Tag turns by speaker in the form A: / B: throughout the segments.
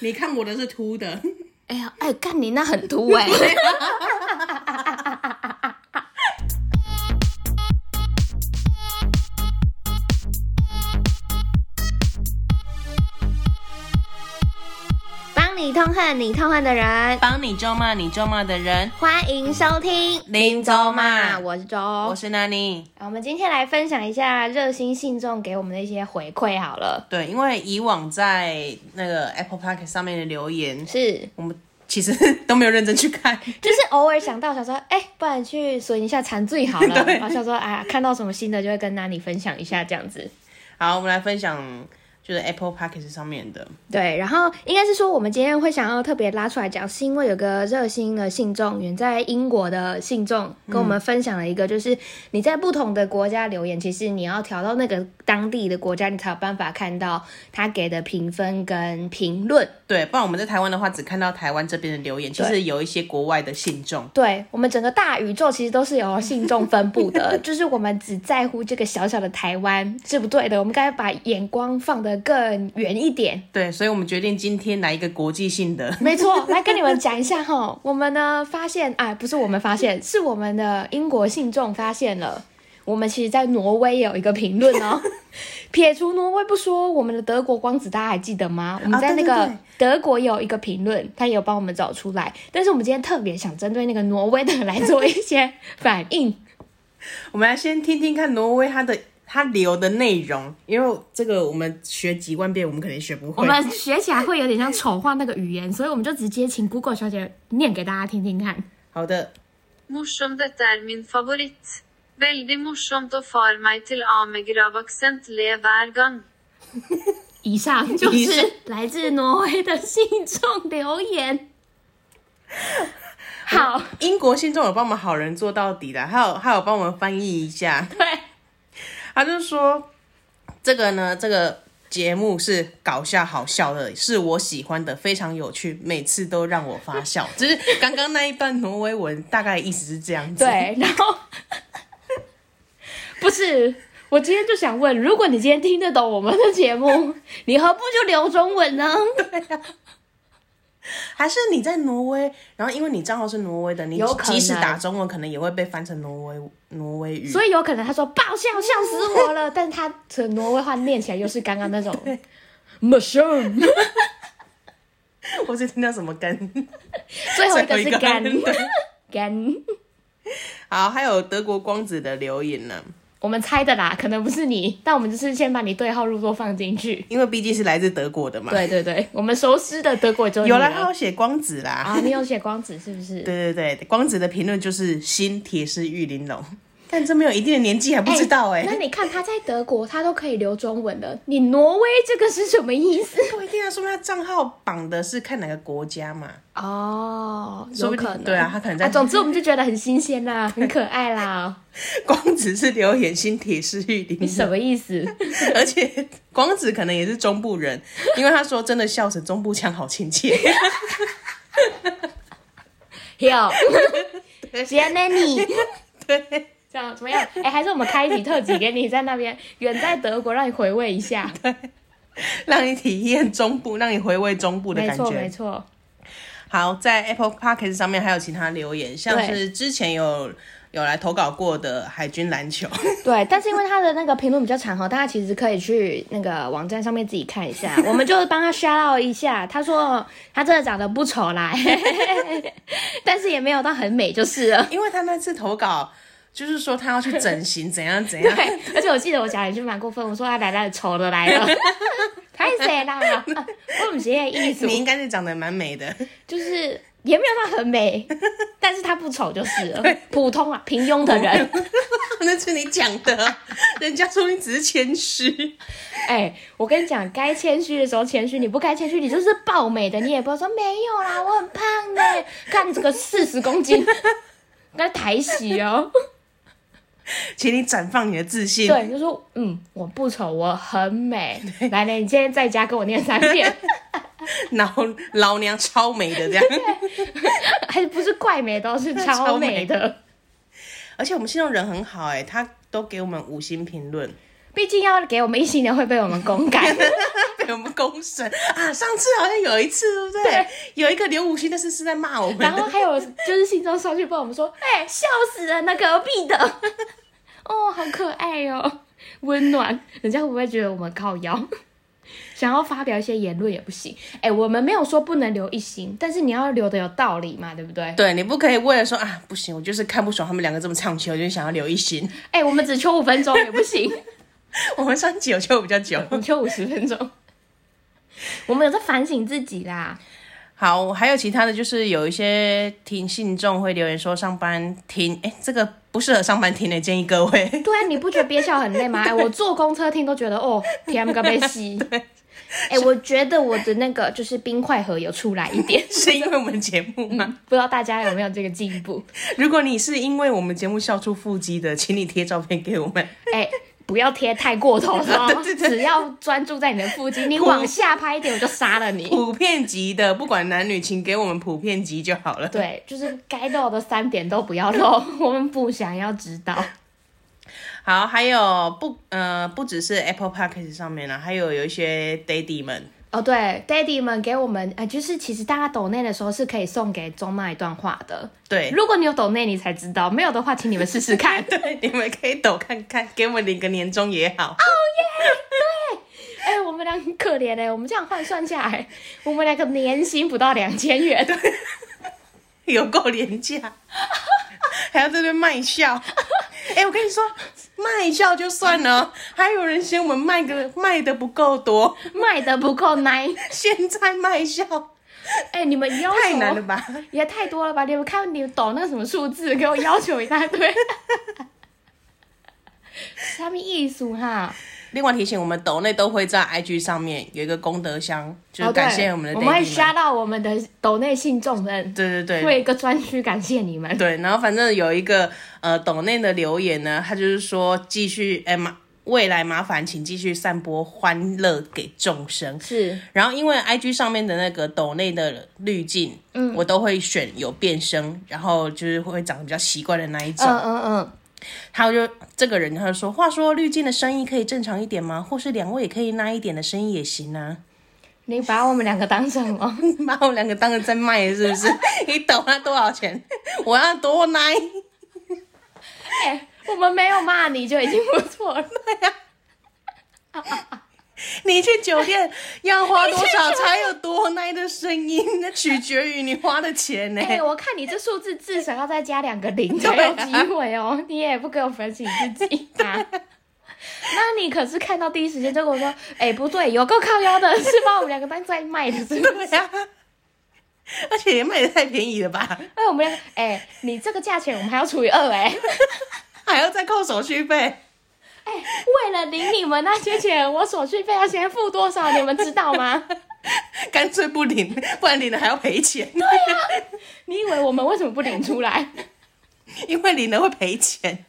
A: 你看我的是秃的，
B: 哎呀，哎，干你那很突哎、 帮你痛恨你痛恨的人，
A: 帮你咒骂你咒骂的人，
B: 欢迎收听
A: 林咒
B: 啊，
A: 骂。
B: 我是周。
A: 我是 Nani。
B: 啊我们今天来分享一下热心信众给我们的一些回馈，好了，
A: 对，因为以往在那个 Apple Park 上面的留言，
B: 是。
A: 我们其实都没有认真去看。
B: 就是偶尔想到，想说，哎、不然去损一下馋醉好了。
A: 对
B: 然后想说，哎、呀，看到什么新的就会跟 Nani 分享一下这样子。
A: 好，我们来分享就是 Apple Park 上面的，
B: 对，然后应该是说，我们今天会想要特别拉出来讲，是因为有个热心的信众，远在英国的信众跟我们分享了一个，就是你在不同的国家留言，其实你要调到那个当地的国家，你才有办法看到他给的评分跟评论。
A: 对，不然我们在台湾的话，只看到台湾这边的留言，其实有一些国外的信众。
B: 对我们整个大宇宙其实都是由信众分布的， 就是我们只在乎这个小小的台湾是不对的，我们该把眼光放得更远一点。
A: 对，所以我们决定今天来一个国际性的。
B: 没 错，来跟你们讲一下哈，我们呢发现，哎，不是我们发现，是我们的英国信众发现了。我们其实，在挪威也有一个评论 哦。撇除挪威不说，我们的德国光子大家还记得吗？我们在
A: 啊
B: 那
A: 对
B: 个
A: 对
B: 德国也有一个评论，他也有帮我们找出来。但是我们今天特别想针对那个挪威的来做一些反应。
A: 我们来先听听看挪威它的它留的内容，因为这个我们学几万遍，我们肯定学不会。
B: 我们学起来会有点像丑化那个语言，所以我们就直接请 Google 小姐念给大家听听看。
A: 好的，
C: Morsom, dette er min favoritt. Veldig morsomt og far meg til amegravaksent le hver gang.
B: 以上就
A: 以上
B: 是来自挪威的信众留言。 好，
A: 英国信众有帮我们好人做到底的，还有还有帮我们翻译一下。
B: 对，
A: 他就说这个呢，这个节目是搞笑好笑的，是我喜欢的，非常有趣，每次都让我发笑。就是刚刚那一段挪威文大概意思是这样子。
B: 对，然后 不是，我今天就想问，如果你今天听得懂我们的节 目，你何不就留中文 呢？
A: 还是你在挪威，然后因为你账号是挪威的，你
B: 有可能
A: 即使打中文，可能也会被翻成挪威挪威语。
B: 所以有可能他说爆笑，笑死我了，但他的挪威话念起来又是刚刚那种 m a s h o n
A: 我是听到什么根？
B: 最后一个是 干
A: 最后一个
B: 干。
A: 好，还有德国光子的留言呢、
B: 我们猜的啦，可能不是你，但我们就是先把你对号入座放进去。
A: 因为毕竟是来自德国的嘛。
B: 对对对，我们熟悉的德国就
A: 有啦，
B: 了
A: 他有写光子啦。
B: 啊，你有写光子是不 是？
A: 对对对，光子的评论就是新铁是玉玲珑， 但这没有一定的年纪还不知道哎、
B: 那你看他在德国，他都可以留中文了，你挪威这个是什么意思？
A: 不一定啊，说明他账号绑的是看哪个国家嘛。
B: 哦，
A: 说
B: 有
A: 不定
B: 可能。
A: 对啊他可能在
B: 啊总之我们就觉得很新鲜啦， 很可爱啦。
A: 光子是留言新铁是玉玲
B: 你啊什
A: 珑，
B: 么意思？
A: 而且光子可能也是中部人，因为他说真的笑死，中部腔好亲切。
B: 有，杰美你。
A: 对
B: 这样怎么样？哎、还是我们开一集特辑给你，在那边远在德国，让你回味一下。
A: 对，让你体验中部，让你回味中部的
B: 没
A: 感
B: 错，没
A: 觉。
B: 错。
A: 好，在 Apple Podcast 上面还有其他留言，像
B: 对
A: 是之前有有来投稿过的海军篮球。
B: 对，但是因为他的那个评论比较长哈，大家其实可以去那个网站上面自己看 一下，我们就帮他 shout out 一下。他说他真的长得不 丑啦，但是也没有到很美就是了。
A: 因为他那次投稿，就是说他要去整形，怎样怎
B: 对
A: 样，，
B: 而且我记得我讲了一句蛮过分，我说他来了丑的 来了，太谁啦？啊 我们这个意思
A: 你应该是长得蛮美的，
B: 就是也没有到很美， 但是他不丑就是了，普通啊，平庸的人。
A: 那是你讲的，人家说你只是谦虚。
B: 哎、我跟你讲，该谦虚的时候谦虚，你不该谦虚，你就是爆美的，你也不要说没有啦，我很胖呢， 看这个四十公 斤，那抬起 哦。
A: 请你绽放你的自信。
B: 对，你就说嗯，我不丑，我很美。来来，你今天在家跟我念三 遍，
A: 老老娘超美的这 样。
B: 还不是怪美的哦，是超美的。
A: 而且我们信众人很好哎、他都给我们五星评论，
B: 毕竟要给我们一星的会被我们公干，
A: 被有没有公审啊？上次好像有一次，对不对？
B: 对
A: 有一个留五星，但是是在骂我们的。
B: 然后还有就是信中上去帮我们说，哎、笑死人了，隔壁的，哦，好可爱哦，温暖，人家会不会觉得我们靠腰？想要发表一些言论也不行，哎、我们没有说不能留一星，但是你要留的有道理嘛，对不对？
A: 对你不可以为了说啊，不行，我就是看不爽他们两个这么唱起，我就想要留一星。
B: 哎、我们只求五分钟也不行，
A: 我们上集有就比较久。
B: 我们求五十分钟，我们有在反省自己啦。
A: 好，还有其他的就是有一些听信众会留言说上班听，哎，这个不适合上班听的，建议各位。
B: 对啊，你不觉得憋笑很累吗？哎、我坐公车听都觉得哦，天个被吸。哎、我觉得我的那个就是冰块盒有出来一点，
A: 是因为我们节目吗？
B: 不知道大家有没有这个进步？
A: 如果你是因为我们节目笑出腹肌的，请你贴照片给我们。
B: 哎、不要贴太过头了哦
A: 对对对
B: 只要专注在你的腹肌，你往下拍一点，我就杀了 你。
A: 普遍级的，不管男女，请给我们普遍级就好了。
B: 对，就是该露的三点都不要露， 我们不想要知道。
A: 好，还有不呃，不只是 Apple Podcast 上面呢、啊还有有一些 Daddy 们，
B: 哦，对，Daddy 们给我们，呃，就是其实大家抖内的时候是可以送给中妈一段话的。
A: 对
B: 如果你有抖内，你才知道；没有的话，请你们试试看。
A: 对，你们可以抖看看，给我们领个年终也好。
B: 哎、我们俩很可怜哎、我们这样换算下来，我们两个年薪不到两千元。
A: 有够廉价， 还要在这边卖笑。 哎、我跟你说，卖笑就算了，还有人嫌我们卖个卖的不够多，
B: 卖的不够奶，
A: 现在卖笑
B: 哎、你们要求
A: 太难了吧？
B: 也太多了吧？你们看你们抖那个什么数字，给我要求一大堆， 什么意思哈？
A: 另外提醒我们，抖内都会在 IG 上面有一个功德箱，就是
B: 哦对
A: 感谢我们的
B: 我们会
A: Daddy
B: 刷
A: 们。
B: 到我们的抖内信众们，
A: 对对
B: 会有
A: 对。
B: 一个专区感谢你们。
A: 对，然后反正有一个呃抖内的留言呢，他就是说继续哎麻、未来麻烦请继续散播欢乐给众生，
B: 是
A: 然后因为 I G 上面的那个抖内的滤镜，嗯，我都会选有变声，然后就是会长得比较奇怪的那一种。
B: 嗯嗯嗯，
A: 他就这个人，他就说，话说滤镜的声音可以正常一点吗？或是两位也可以那一点的声音也行啊。
B: 你把我们两个当什么？
A: 把我们两个当成在卖是不是？你抖他多少钱？我要多奶。
B: 哎、我们没有骂你就已经不错了。
A: 你去酒店要花多少才有多奶的声音？那取决于你花的钱呢、
B: 哎、我看你这数字至少要再加两个零才有机会哦，你也不给我反省自己啊。那你可是看到第一时间就跟我说，哎、不对，有够靠腰的，是把我们两个当在卖的，是不是？
A: 对呀、而且也卖的太便宜了吧？
B: 哎、我们两个，哎、你这个价钱我们还要除以二、哎，
A: 还要再扣手续费。
B: 哎，为了领你们那些钱，我手续费要先付多少，你们知道吗？
A: 干脆不领，不然领了还要赔钱。对
B: 你以为我们为什么不领出来？
A: 因为领了会赔钱，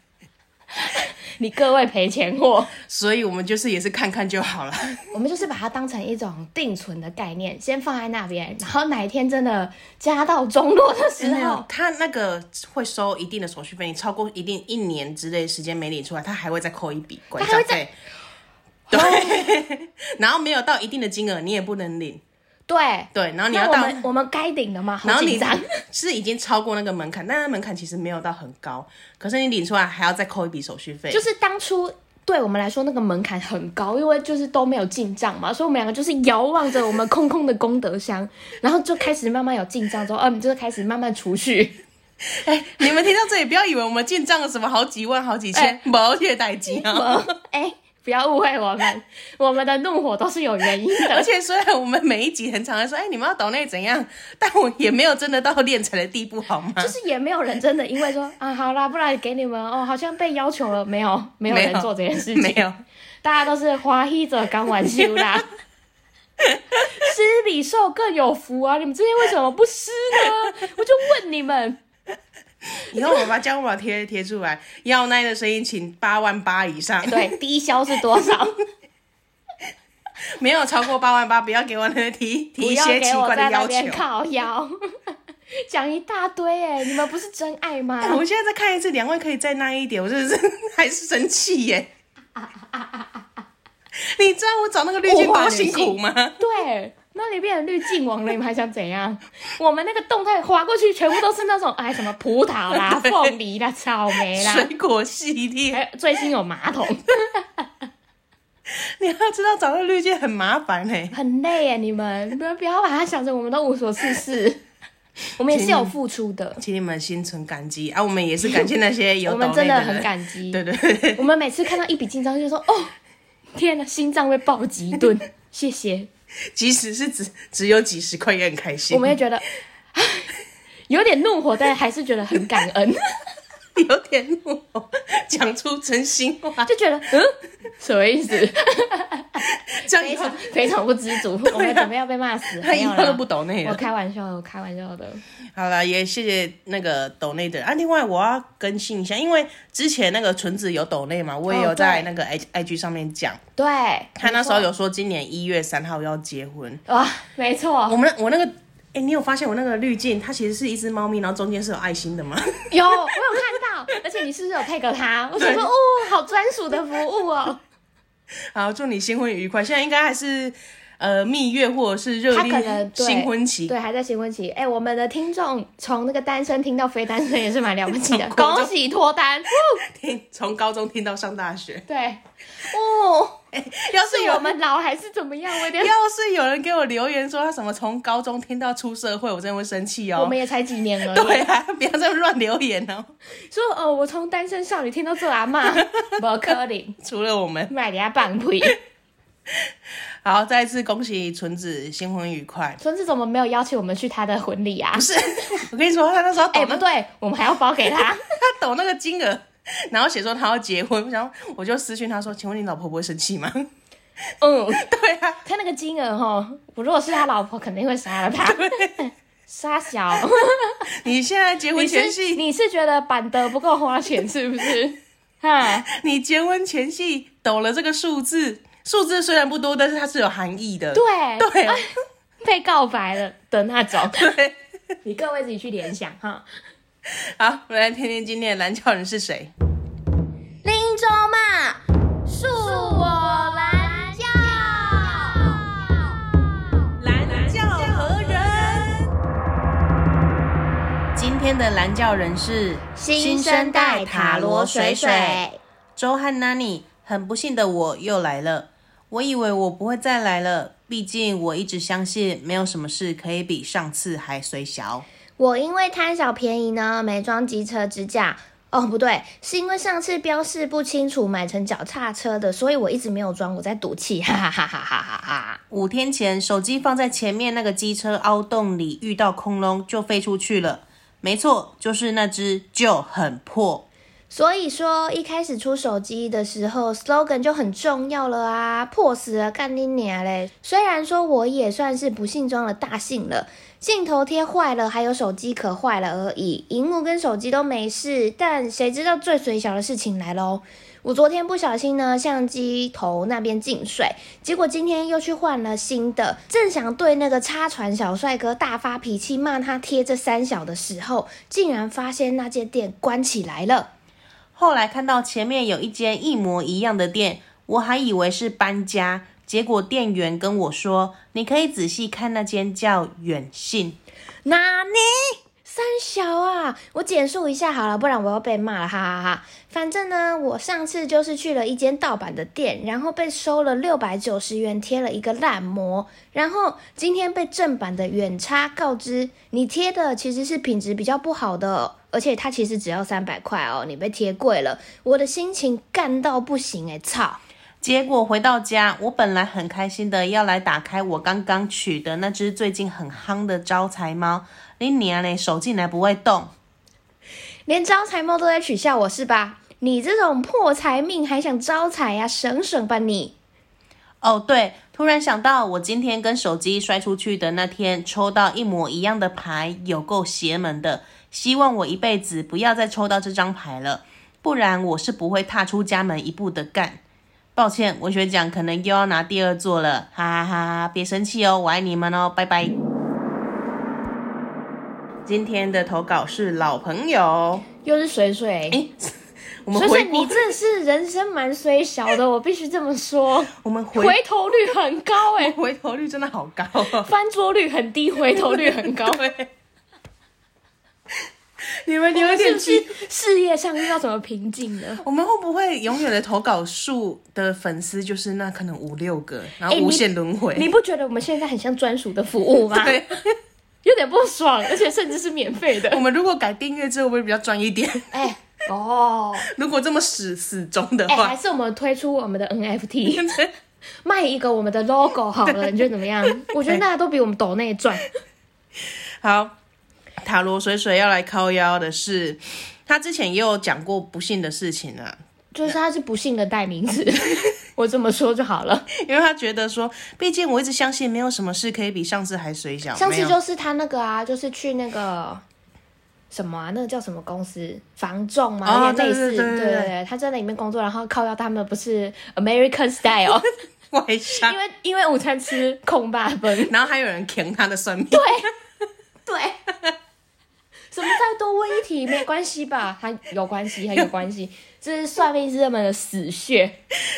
B: 你各位赔钱货。
A: 所以我们就是也是看看就 好了。
B: 我们就是把它当成一种定存的概念，先放在那边，然后哪一天真的家道中落的哦时候，
A: 他那个会收一定的手续费，你超过一定一年之内时间没领出来，他还会再扣一笔管
B: 他还
A: 账
B: 会
A: 费。对，然后没有到一定的金额，你也不能领。
B: 对，
A: 对，然后你
B: 那
A: 要
B: 我
A: 到，
B: 们我们该领的吗？好
A: 然后
B: 紧
A: 你
B: 张，
A: 是已经超过那个门槛，但那门槛其实没有到很高，可是你领出来还要再扣一笔手续费，
B: 就是当初。对我们来说，那个门槛很高，因为就是都没有进账嘛，所以我们两个就是遥望着我们空空的功德箱，然后就开始慢慢有进账之后，嗯，就是开始慢慢储蓄。
A: 哎，你们听到这里，不要以为我们进账了什么好几万、好几千
B: 哎，
A: 毛越带金啊！
B: 哎、不要误会我们，我们的怒火都是有原因的。
A: 而且虽然我们每一集很常在说，哎，你们要抖内怎样，但我也没有真的到练财的地步，好吗？
B: 就是也没有人真的因为说啊，好啦，不然给你们哦，好像被要求了，没有，没有人做这件事
A: 没
B: 情，
A: 有，
B: 大家都是花一者刚完休啦。 施比受更有福啊！你们这些为什么不施呢？我就问你们，
A: 以后我把交保贴贴出来，要奶的声音请八万八以上，
B: 对，低消是多少？
A: 没有超过八万八，不要给我那提提
B: 不
A: 一
B: 要
A: 些奇
B: 给我
A: 怪
B: 在
A: 的
B: 那
A: 要求
B: 边。靠腰， 讲一大堆哎、你们不是真爱吗？
A: 我现在再看一 次，两位可以再那一点，我真的是还是生气耶。 你知道我找那个滤镜
B: 物化
A: 多
B: 女性
A: 辛苦吗？
B: 对，那你变成滤镜王了，你们还想怎样？ 我们那个动态划过去，全部都是那种哎什么葡萄啦、凤梨啦、草莓啦，
A: 水果系列，
B: 还有最新有马桶，
A: 你要知道找那个滤镜很麻烦哎、
B: 很累耶！你们不要不要把它想成我们都无所事 事，我们也是有付出的，
A: 请你们心存感激啊！我们也是感谢那些有
B: 我们
A: 抖内
B: 真的
A: 的人
B: 很感激。
A: 对对对，
B: 我们每次看到一笔进账就说哦，天哪，心脏被暴击一 顿，谢谢。
A: 即使是只只有几十块也很开心，
B: 我们也觉得。唉啊有点怒火，但还是觉得很感 恩，
A: 有点怒火，讲出真心话，
B: 就觉得嗯，什么意思？
A: 这样
B: 非
A: 以后
B: 常 非常不知 足，我们准备要被骂死，
A: 啊他
B: 没
A: 以
B: 有
A: 后都
B: 啦
A: 不抖内
B: 我
A: 了。
B: 开玩笑的，我开玩笑的。
A: 好了，也谢谢那个抖内的人啊。另外，我要更新一下，因为之前那个纯子有抖内嘛，我也
B: 哦
A: 有在
B: 对
A: 那个 I I G 上面讲，
B: 对，
A: 他那
B: 没
A: 时
B: 错
A: 候有说今年一月三号要结婚，
B: 哇，没
A: 我
B: 错，
A: 们我那个，哎、你有发现我那个滤镜，它其实是一只猫咪，然后中间是有爱心的吗？
B: 有我有看到，而且你是不是有 tag 他？我想说，哦，好专属的服务哦。
A: 好，祝你新婚愉快。现在应该还是呃蜜月或者是热
B: 他可能
A: 恋
B: 对
A: 新婚期，
B: 对，还在新婚期。哎，我们的听众从那个单身听到非单身也是蛮了 不起的，
A: 从国中
B: 恭喜脱 单。呜
A: 听从高中听到上大学。
B: 对，哦，
A: 要是
B: 是
A: 有
B: 我们老还是怎么样？我有点，
A: 要是有人给我留言说他什么从高中听到出社会，我真的会生气
B: 我
A: 哦
B: 们。也才几年而已。
A: 对啊， 不要再乱留言哦。
B: 说哦，我从单身少女听到做阿 妈，不可能，
A: 除了我们，
B: 卖人家 放屁。
A: 好，再一次恭喜纯子新婚愉快。
B: 孙子怎么没有邀请我们去他的婚礼啊
A: 不？是， 我跟你说，他那时候
B: 哎、
A: 抖
B: 不
A: 那个、
B: 对，我们还要包给他。
A: 他抖那个金额， 然后写说他要结婚，然后我就私讯他说：“请问你老婆不会生气吗？”
B: 嗯，
A: 对啊，
B: 他那个金额哈，我如果是他老婆，肯定会杀了他。杀小，
A: 你现在结婚
B: 你
A: 前
B: 是
A: 夕，你
B: 你是觉得板德不够花钱是不 是？哈，
A: 结婚前夕抖了这个数字，数字虽然不多，但是它是有含义的。
B: 对，
A: 对啊
B: 被告白了的那种，
A: 对，
B: 你各位自己去联想哈。
A: 好，我们来听听今天的蓝教人是谁。
B: 林州嘛，恕我拦轿。
A: 蓝教何人？今天的蓝教人是周和 Nani，很不幸的我又来了。我以为我不会再来了，毕竟我一直相信没有什么事可以比上次还虽小。
B: 我因为贪小便宜呢，没装机车支架。哦，不对，是因为上次标示不清楚，买成脚踏车的，所以我一直没有装，我在赌气，哈哈哈哈哈哈哈！
A: 五天前，手机放在前面那个机车凹洞里，遇到空笼就飞出去了。没错，就是那只就很破。
B: 所以说，一开始出手机的时候，slogan 就很重要了啊，破死了，干你娘嘞！虽然说我也算是不幸中的大幸了，镜头贴坏了，还有手机壳坏了而已，荧幕跟手机都没事，但谁知道最水小的事情来喽？我昨天不小心呢，相机头那边进水，结果今天又去换了新的。正想对那个插船小帅哥大发脾气，骂他贴这三小的时候，竟然发现那间店关起来了。
A: 后来看到前面有一间一模一样的店，我还以为是搬家，结果店员跟我说：“你可以仔细看那间叫远信。
B: 哪里？三小啊，我简述一下好了，不然我要被骂了，哈哈哈反正呢，我上次就是去了一间盗版的店，然后被收了六百九十元，贴了一个烂膜，然后今天被正版的远差告知，你贴的其实是品质比较不好的。哦而且它其实只要三百块哦，你被贴贵了，我的心情干到不行哎、操！”
A: 结果回到家，我本来很开心的要来打开我刚刚取的那只最近很夯的招财猫，你娘嘞，手进来不会动。
B: 连招财猫都在取笑我是吧？你这种破财命还想招财呀、省省吧你！
A: 哦，对，突然想到我今天跟手机摔出去的那天抽到一模一样的牌，有够邪门的。希望我一辈子不要再抽到这张牌了，不然我是不会踏出家门一步的干。抱歉，文学奖可能又要拿第二座了，哈哈哈哈！别生气哦，我爱你们哦，拜拜。今天的投稿是老朋友，
B: 又是水水，
A: 诶，哎我们
B: 所
A: 回
B: 以
A: 过
B: 你这是人生蛮虽 小的，我必须这么说，
A: 我们回
B: 回头率很高哎、
A: 回头率真的好高、 哦。
B: 翻桌率很低，回头率很高。
A: 对，你们你
B: 我
A: 们有
B: 们是
A: 点
B: 不
A: 奇
B: 是事业上遇到什么瓶颈呢？
A: 我们会不会永远的投稿数的粉丝就是那可能五六个，然后
B: 哎
A: 无
B: 你
A: 限轮回？
B: 你不觉得我们现在很像专属的服务吗？
A: 对，
B: 有点不爽，而且甚至是免费
A: 我
B: 的。
A: 们如果改订阅制，会不会比较赚一点？
B: 哎、哦，
A: 如果这么死死忠的
B: 哎、
A: 话
B: 还，是我们推出我们的 NFT，卖一个我们的 logo 好了，你觉得怎么样？我觉得大家都比我们抖内赚。
A: 好，塔罗水水要来靠腰的是，他之前也有讲过不幸的事情啊，
B: 就是它是不幸的代 名词，我这么说就好了。
A: 因为他觉得说，毕竟我一直相信没有什么事可以比上次还水饺，
B: 上
A: 没
B: 次
A: 有
B: 就是他那个啊，就是去那个什么啊，那个叫什么公司，房仲嘛，
A: 哦
B: 有点类似，
A: 对对对对对
B: 他在那里面工作，然后靠到他们不是 American style，
A: 外向
B: 因，为因为午餐吃控霸崩，
A: 然后还有人啃他的算命，
B: 对对。什么再多问一题没关系吧？他有关系，很有关系。这是算命师们的死穴。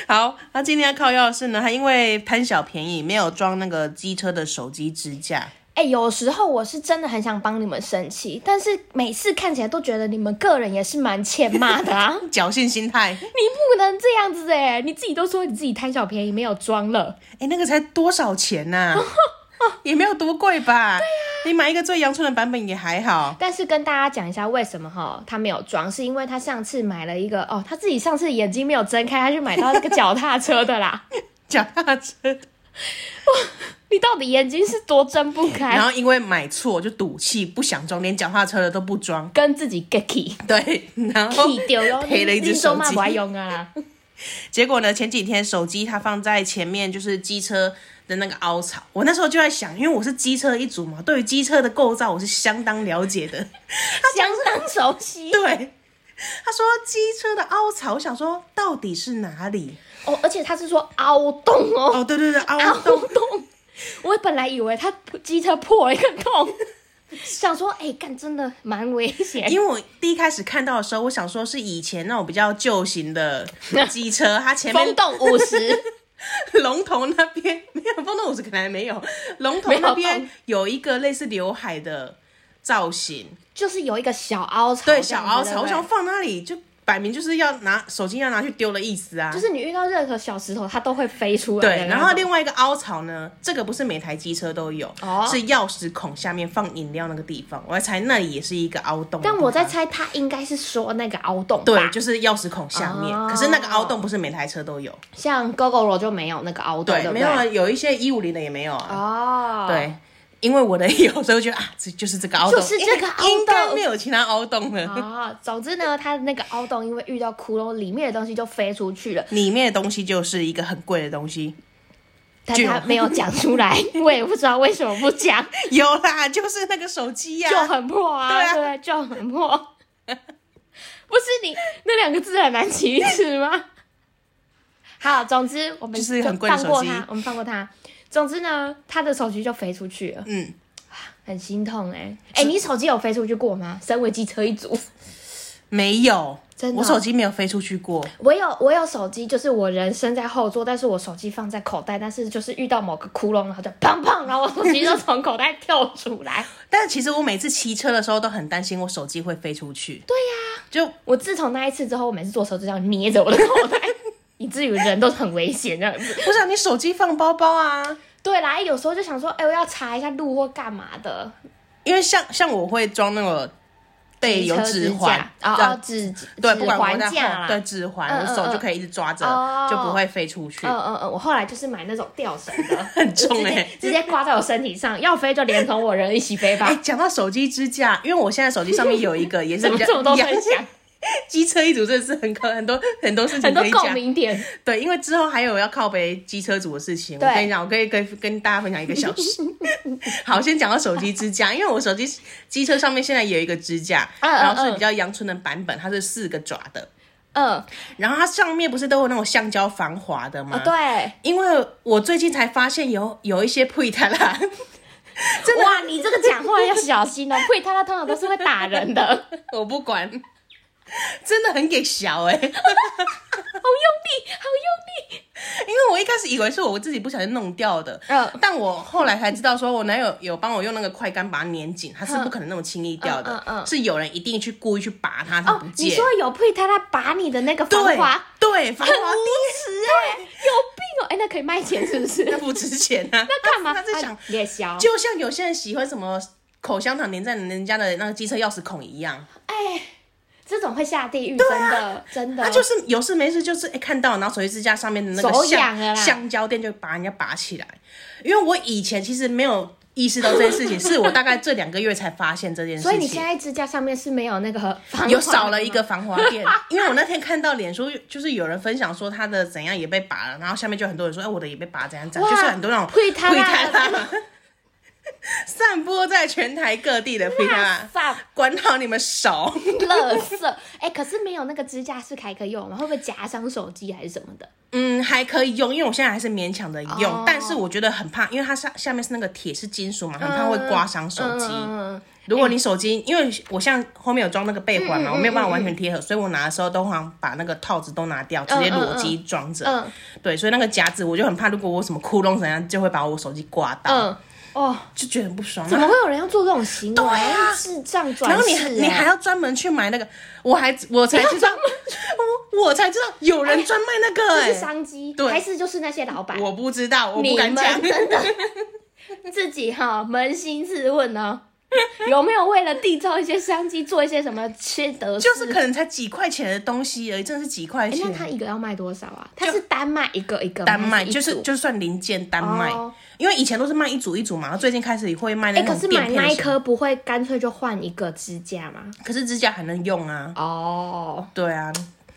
A: 好，他今天要靠腰的是呢，他因为贪小便宜，没有装那个机车的手机支架。
B: 哎、有时候我是真的很想帮你们生气，但是每次看起来都觉得你们个人也是蛮欠骂的啊。
A: 侥幸心态，
B: 你不能这样子哎、你自己都说你自己贪小便宜，没有装了。
A: 哎、那个才多少钱 呐、也没有多贵吧？对呀、你买一个最阳春的版本也还好。
B: 但是跟大家讲一下为什么哈，他没有装，是因为他上次买了一个哦，他自己上次眼睛没有睁开，他去买到那个脚踏车的啦。
A: 脚踏车，
B: 你到底眼睛是多睁不开？
A: 然后因为买错就赌气，不想装，连脚踏车的都不装。
B: 跟自己 get key
A: 对，然后
B: key 丢咯，
A: 哦 赔了一只手
B: 嘛
A: 机
B: 不。爱用啊 啦。
A: 结果呢，前几天手机它放在前面，就是机车的那个凹槽。我那时候就在想，因为我是机车一族嘛，对于机车的构造我是相当了解的。
B: 相当熟 悉
A: 对，他说机车的凹槽，我想说到底是哪里？
B: 哦，而且他是说凹洞哦，
A: 哦，对对对，
B: 凹
A: 凹洞。
B: 洞。我本来以为他机车破了一个洞，想说哎，干、真的蛮危险。
A: 因为我第一开始看到的时候，我想说是以前那种比较旧型 的机车，它前面
B: 风洞五十，
A: 龙头那边没有，风洞五十可能还没有，龙头
B: 没有
A: 那边
B: 洞
A: 有一个类似刘海的造型，
B: 就是有一个小凹槽，
A: 对，小凹槽，我
B: 哦这
A: 想
B: 样子
A: 放那里就摆明就是要拿手机要拿去丢的意思啊。
B: 对不对就是你遇到任何小石头，它都会飞出来的那
A: 对，
B: 种。
A: 然后另外一个凹槽呢，这个不是每台机车都有，
B: 哦
A: 是钥匙孔下面放饮料那个地方，我在猜那里也是一个凹洞。
B: 但我在，猜，它应该是说那个凹洞吧，
A: 对，就是钥匙孔下面，
B: 哦
A: 可是那个凹洞不是每台车都有，
B: 像 GoGo 就没有那个凹洞，对不
A: 没
B: 对，
A: 有啊，有一些一五零的也没有啊，
B: 哦，
A: 对。因为我的有，所以我觉得啊，这就是这个凹洞，
B: 就是这个凹洞
A: 应该没有其他凹洞了。
B: 哦，总之呢，它的那个凹洞因为遇到窟窿，里面的东西就飞出去了，
A: 里面的东西就是一个很贵的东西，
B: 但
A: 就
B: 它没有讲出 来，我也不知道为什么不讲，
A: 有啦，就是那个手机呀、
B: 就很破啊，
A: 对啊
B: 对，就很破。 不是你那两个字很难启齿 吗？好，总之我们
A: 就是一个很贵的
B: 放过
A: 手机
B: 他，我们放过他。总之呢，他的手机就飞出去了，
A: 嗯，
B: 很心痛哎、哎、你手机有飞出去过吗？身为机车一族，
A: 没有，
B: 真的哦
A: 我手机没有飞出去过。
B: 我有我有手机，就是我人身在后座，但是我手机放在口袋，但是就是遇到某个窟窿，然后就砰砰，然后我手机就从口袋跳出来。
A: 但其实我每次骑车的时候都很担心我手机会飞出去。对呀、就
B: 我自从那一次之后，我每次坐车就这样捏着我的口袋， 以至于人都是很危险这样子。
A: 我想你手机放包包啊，
B: 对啦，有时候就想说，哎、我要查一下路或干嘛的，
A: 因为像像我会装那个备有指环
B: 啊，
A: 这样
B: 哦指
A: 对，
B: 指
A: 不管我
B: 环
A: 在
B: 架啦，
A: 后，对指环，
B: 嗯
A: 我
B: 嗯
A: 手
B: 嗯
A: 就可以一直抓着，
B: 哦
A: 就不会飞出去。
B: 嗯嗯嗯，我后来就是买那种吊绳 的，很
A: 重欸
B: 直接挂在我身体上，要飞就连同我人一起飞吧
A: 哎、。讲到手机支架，因为我现在手机上面有一个，也是
B: 怎
A: 比
B: 么
A: 较
B: 这么多
A: 一样
B: 分享，
A: 机车一组真的是很可很多很多事情
B: 很多
A: 可以
B: 共
A: 讲。
B: 鸣点。
A: 对，因为之后还有要靠北机车组的事情，我
B: 对
A: 跟你讲，我可以跟跟大家分享一个小时。 好，先讲到手机支架，因为我手机机车上面现在有一个支架，
B: 嗯嗯
A: 然后是
B: 嗯
A: 比较阳春的版本，它是四个爪的，
B: 嗯，
A: 然后它上面不是都有那种橡胶防滑的吗？
B: 哦对，
A: 因为我最近才发现有有一些配它啦，
B: 哇，你这个讲话要小心哦，不然他他通常都是会打人的。
A: 我不管。真的很给小哎、
B: 好用力，好用力。
A: 因为我一开始以为是我自己不小心弄掉的，
B: 嗯
A: 但我后来才知道，说我男友有帮我用那个快杆把它粘紧，它是不可能那么轻易掉的，
B: 嗯嗯嗯
A: 是有人一定去故意去拔它，它
B: 哦
A: 不，
B: 你
A: 见。
B: 说有配他在拔你的那个防
A: 对
B: 滑，
A: 对，防
B: 很无
A: 滑
B: 耻哎、有病哦、哎、那可以卖钱是不是？
A: 那不值钱啊！
B: 那干嘛？
A: 他在想
B: 啊，也小，
A: 就像有些人喜欢什么口香糖粘在人家的那个机车钥匙孔一样，
B: 哎，这种会下地狱，真的真的。
A: 他啊就是有事没事就是哎、看到，然后手机支架上面的那个
B: 手痒了啦
A: 橡橡胶垫就把人家拔起来。因为我以前其实没有意识到这件事情，是我大概这两个月才发现这件事情。
B: 所以你现在支架上面是没有那个防滑
A: 有少了一
B: 的
A: 个防滑垫，因为我那天看到脸书就是有人分享说他的怎样也被拔了，然后下面就很多人说，哎、我的也被拔，怎样怎样，
B: 哇
A: 就是很多那种
B: 推他啦
A: 啦 散播在全台各地的推他
B: 吗，
A: 啦，
B: 垃
A: 管好你们手。
B: 圾、垃圾。 哎、可是没有那个支架是还可以用吗？会不会夹伤手机还是什么的？
A: 嗯，还可以用，因为我现在还是勉强的用，
B: 哦
A: 但是我觉得很怕，因为它下下面是那个铁是金属嘛，很怕会刮伤手机。
B: 嗯嗯
A: 如果你手机，因为我像后面有装那个背环嘛，我没有办法完全贴合，所以我拿的时候都好像把那个套子都拿掉，直接裸机装着。
B: 嗯
A: 对，所以那个夹子我就很怕，如果我有什么窟窿怎样，就会把我手机刮到，
B: 嗯，哦，
A: 就觉得很不爽。
B: 怎么会有啊人要做这种行为？
A: 对啊
B: 智障转世、
A: 然后你还你还要专门去买那个，我还我才知道，我我才知道有人专卖那 个、
B: 这
A: 欸，
B: 是商机，
A: 对
B: 还是就是那些老板？
A: 我不知道，我
B: 你
A: 不敢
B: 们
A: 讲。
B: 真的自己哈、扪心自问哦， 有没有为了缔造一些商机做一些什么缺德事？
A: 就是可能才几块钱的东西而已，真的是几块
B: 哎、
A: 钱。
B: 那他一个要卖多少啊？
A: 就
B: 他是单卖一个一个吗，
A: 单卖
B: 还一
A: 就
B: 组
A: 是就算零件单卖，
B: 哦
A: 因为以前都是卖一组一组嘛，然后最近开始会卖那
B: 哎、可
A: 种
B: 是
A: 垫
B: 买
A: 片
B: 那
A: 的
B: 一
A: 时候。
B: 颗不会干脆就换一个支架吗？
A: 可是支架还能用啊，
B: 哦，
A: 对啊，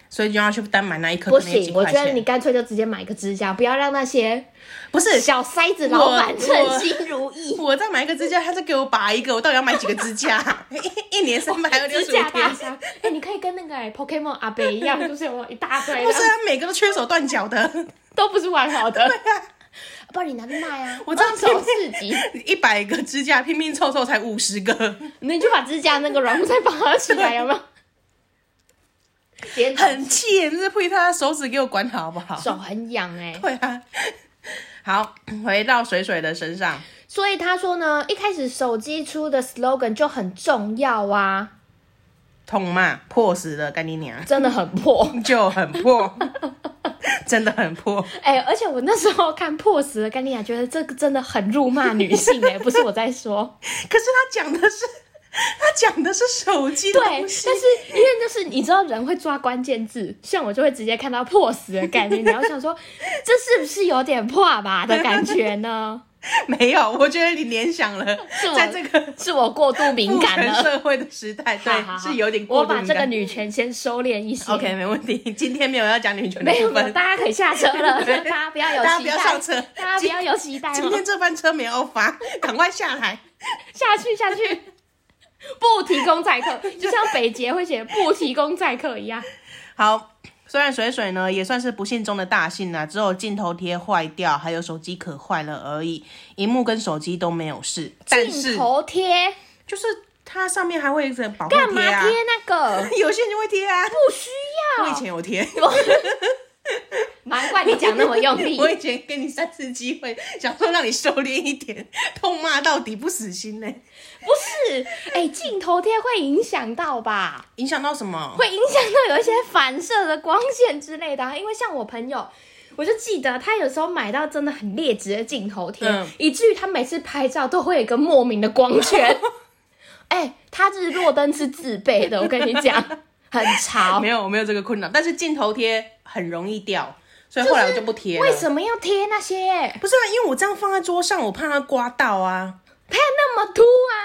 A: 所以就要去单买那一颗，
B: 不
A: 可能也几
B: 行，我
A: 块
B: 觉
A: 钱
B: 得你干脆就直接买一个支架，不要让 那些
A: 不是
B: 小塞子老板
A: 我
B: 称心如意。
A: 我再买一个支架，他再给我拔一个，我到底要买几个支架？ 一一年三百六
B: 支
A: 十五
B: 架大
A: 天。
B: 侠，哎、你可以跟那个、哎 Pokemon 阿北一样，就是我一大堆，
A: 不是
B: 然后
A: 啊，每个都缺手断脚的，
B: 都不是完好 的。啊不然你拿去卖 啊！
A: 我这样
B: 二手市集，
A: 一百个支架拼拼凑凑才五十个，
B: 你就把支架那个软木塞绑起来，有没有？连
A: 很气耶！真是呸，他的手指给我管好好不好？
B: 手很痒哎、
A: 对啊。好，回到水水的身上，
B: 所以他说呢，一开始手机出的 slogan 就很重要啊，
A: 痛骂破死了，干你娘，
B: 真的很破。
A: 就很破， 真的很破。
B: 哎、而且我那时候看破死的甘丽亚，觉得这个真的很辱骂女性哎、不是我在说，
A: 可是他讲的是，他讲的是手机
B: 对，
A: 的
B: 但
A: 东西，
B: 是因为就是你知道人会抓关键字，像我就会直接看到破死的概念，然后想说这是不是有点破吧的感觉呢？
A: 没有，我觉得你联想了
B: 是，我
A: 在这个
B: 是我过度敏
A: 父
B: 感
A: 权
B: 了。
A: 社会的时代，
B: 好
A: 对，
B: 好好
A: 是有点过
B: 我
A: 度
B: 把
A: 敏
B: 这个
A: 感。
B: 女权先收敛一些。
A: OK，没问题。今天没有要讲女权的
B: 没有，
A: 部
B: 没有
A: 分，
B: 大家可以下车了， 大家不要有期待，
A: 大家不要上车
B: 大家不要有期待
A: 今
B: 哦
A: 天，这班车没有发，赶快下来。
B: 下去下去， 不提供载客，就像北捷会写不提供载客一样。
A: 好，虽然水水呢也算是不幸中的大幸啦、啊只有镜头贴坏掉，还有手机壳坏了而已，荧幕跟手机都没有事。但
B: 镜
A: 是
B: 头贴
A: 就是它上面还会有一层保护
B: 干嘛
A: 贴啊
B: 贴，哦那 个？
A: 有些人就会贴 啊。
B: 不需
A: 我以
B: 要。
A: 前有贴，
B: 难怪你讲那么用力
A: 我。以前给你三次机会， 想说让你收敛一点， 痛骂到底不死心呢、
B: 不是，哎，镜头贴会影响到吧？
A: 影响到什么？
B: 会影响到有一些反射的光线之类的、啊。因为像我朋友，我就记得他有时候买到真的很劣质的镜头贴，
A: 嗯
B: 以至于他每次拍照都会有一个莫名的光 圈。哎、他日落灯是自备的，我跟你讲， 很潮
A: 没。有，我没有这个困扰，但是镜头贴很容易掉，所以后来我就不贴了。
B: 为什么要贴那些？
A: 不是啊，因为我这样放在桌上，我怕它刮到啊。
B: 拍那么凸啊！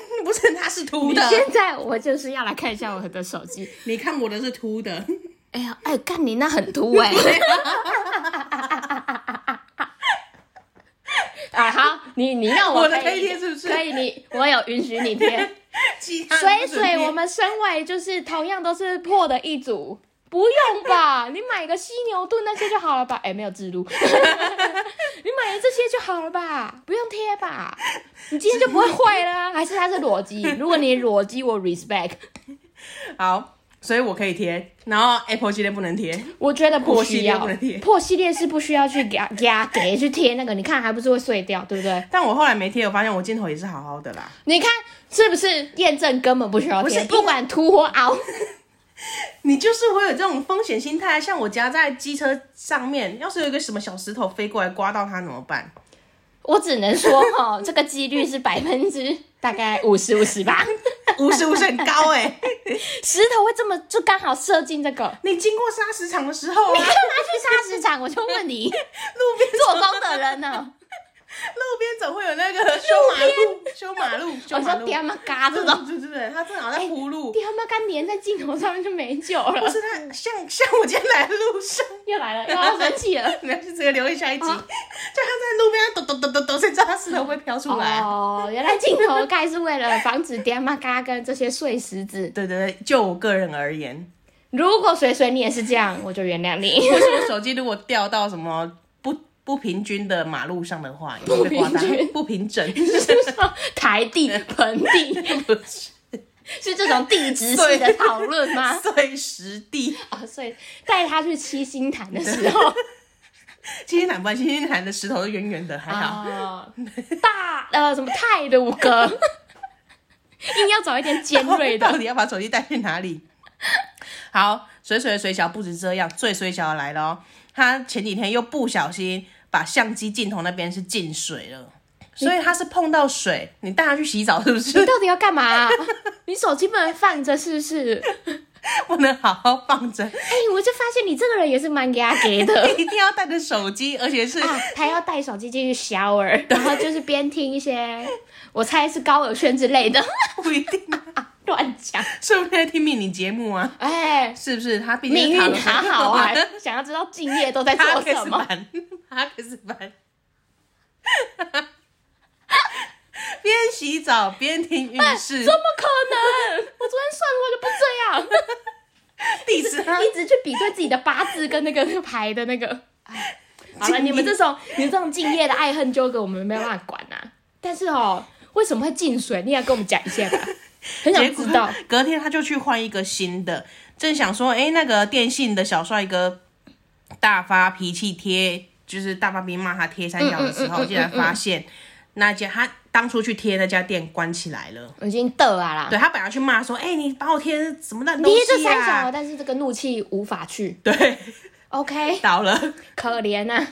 A: 不是，它是凸
B: 你
A: 的。
B: 现在我就是要来看一下我的手机。
A: 你看我的是凸的，
B: 哎呀，哎，干你那很凸 哎、啊好，你你让
A: 我的
B: 可
A: 可以
B: 以
A: 贴是不是
B: 可以你，我有允许你 贴。
A: 其他的
B: 水
A: 不准
B: 水，
A: 贴
B: 我们身为就是同样都是破的一组，不用 吧？你买个犀牛盾那些就好了吧？哎、没有制度，你买了这些就好了吧？不用贴吧？你今天啊就不会坏啦、还是它是裸机？如果你裸机，我 respect。
A: 好。所以我可以贴，然后 Apple 系列不能贴。
B: 我觉得不
A: 破系
B: 需
A: 列
B: 要
A: 不能贴
B: 破系列是不需要去给它给它给去贴那个，你看还不是会碎掉，对 不对？
A: 但我后来没贴，我发现我镜头也是好好的啦。
B: 你看是不是验证根本不需要
A: 不是
B: 贴，
A: 因为
B: 不管凸或凹，
A: 你就是会有这种风险心态，像我夹在机车上面，要是有一个什么小石头飞过来刮到它怎么办？
B: 我只能说哈、这个几率是百分之大概五十五 十吧。
A: 无时无刻很高哎、
B: 石头会这么就刚好射进这个。
A: 你经过砂石场的时候
B: 你
A: 啊
B: 干， 嘛去沙石场？我就 问
A: 路
B: 你，
A: 边
B: 做工的人呢？
A: 路边总会有那个修马路、修
B: 我
A: 马路、修马
B: 说
A: 路，
B: 爹妈嘎这
A: 对
B: 种，
A: 对对对，他正好
B: 哎
A: 在铺路，
B: 爹妈干粘在镜头上面就没救
A: 不
B: 了。
A: 是他像像我今天来的路上，
B: 又来 了，又要生 气了。
A: 你要是这个留意下一集，就他
B: 啊
A: 在路边抖抖抖抖抖，谁知道他石头会飘出来？
B: 哦，原来镜头盖是为了防止爹妈嘎跟这些碎石子。
A: 对对对，就我个人而 言，
B: 如果水水你也是这样，我就原谅你。
A: 或是我手机如果掉到什么不不平均的马路上的话，也会被刮到
B: 不平均
A: 不平整，
B: 就是说台地、盆地
A: 不是
B: 是这种地质系的讨论吗？
A: 碎石地。
B: 哦，所以带他去七星潭的时候，
A: 七星潭不然，七星潭的石头都圆圆的，还好。
B: 哦，大呃什么泰的五哥，硬要找一 点尖锐
A: 到
B: 的。
A: 底要把手机带去哪里？ 好，水水的水小不止这样，最水小的来了哦。他前几天又不小心把相机镜头那边是进水了，所以他是碰到水。你带他去洗澡是不
B: 你
A: 是？
B: 到底要干嘛、你手机不能放着是不是？哎、
A: 不能好好放着，
B: 我就发现你这个人也是蛮压给的
A: 一定要带着手机，而且是
B: 啊！他要带手机进去 shower，然后就是边听一些，我猜是高尔宣之类的，
A: 不一定，啊
B: 乱讲。
A: 说不定在听命理节目啊，
B: 哎、
A: 是不是？他毕
B: 命
A: 竟是
B: 运
A: 塔罗，
B: 好好啊想要知道敬业都 在
A: 他
B: 做
A: 开
B: 什
A: 始
B: 么？
A: 版，他开始 版，边洗澡边听浴室
B: 啊怎么可能？我昨天算过就不这样。
A: 地址啊，
B: 一直去比对自己的八字跟那个那个牌的那个。
A: 啊
B: 哎好了，
A: 敬业
B: 你们这种你们这种敬业的爱恨纠葛，我们没有办法管啊。但是哦，为什么会进水？你也跟我们讲一下吧，很想
A: 结果
B: 知道。
A: 隔天他就去换一个新的，正想说，哎、那个电信的小帅哥大发脾气贴，就是大发脾气骂他贴三角的时
B: 嗯嗯
A: 候，
B: 嗯嗯
A: 竟然发现那家他当初去贴那家店关起来了。
B: 我已经得啊啦，
A: 对他本来去骂说，哎、你把我贴什么烂
B: 第
A: 东
B: 一这
A: 西
B: 三小了，
A: 啊？
B: 但是这个怒气无法去。
A: 对，
B: OK，
A: 倒了。
B: 可怜呐、啊，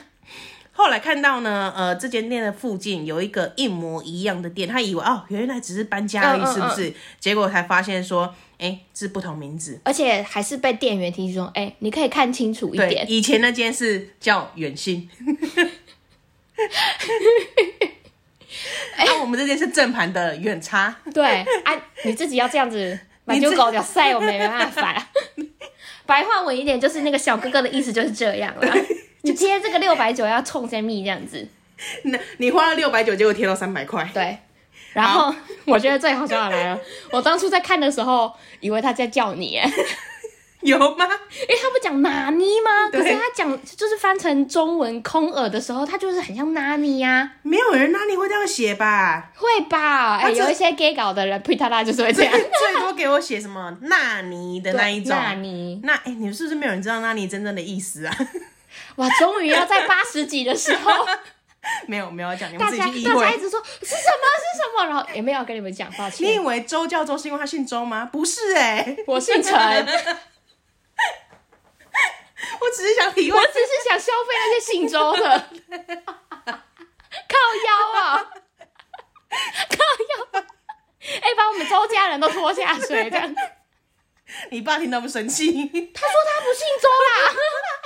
A: 后来看到呢，呃，这间店的附近有一个一模一样的店，他以为哦，原来只是搬家而
B: 嗯
A: 已，
B: 嗯
A: 是不是？结果才发现说，哎、是不同名字。
B: 而且还是被店员提醒说：“哎、你可以看清楚一
A: 对，
B: 点。
A: 以前那间是叫远信， 哎、我们这间是正盘的远差，
B: 对”啊，你自己要这样子把
A: 你自
B: 就狗屌塞，我们也没办法 啦。白话文一点，就是那个小哥哥的意思就是这样啦。你贴这个六百九要冲三米这样子，
A: 那你花了六百九，结果贴到三百块，
B: 对。然后我觉得最好笑的来了，我当初在看的时候，以为他在叫你，哎因
A: 有吗？
B: 为他不讲纳尼吗？可
A: 对
B: 是他讲就是翻成中文空耳的时候，他就是很像纳尼呀，
A: 没有人哪里会这样写吧？
B: 会吧？哎，
A: 他这
B: 有一些 gay 搞的人，呸他啦就是会这
A: 最
B: 样。
A: 最多给我写什么纳尼的那一种。
B: 纳尼，
A: 那哎、你们是不是没有人知道纳尼真正的意思啊？
B: 哇，终于要在八十集的 时候，
A: 没有没有讲，你们
B: 大
A: 自
B: 家
A: 己去意
B: 大家一
A: 会。
B: 直说是什么是什么，然后也没有跟你们讲，抱
A: 你以
B: 歉，
A: 为周教周是因为他姓周吗？不是哎、
B: 我姓陈。
A: 我只是想体会
B: 我只是想消费那些姓周的， 靠腰啊，靠腰，哎、把我们周家人都拖下水这样。他
A: 你爸听到不生气。
B: 说他不姓周啦，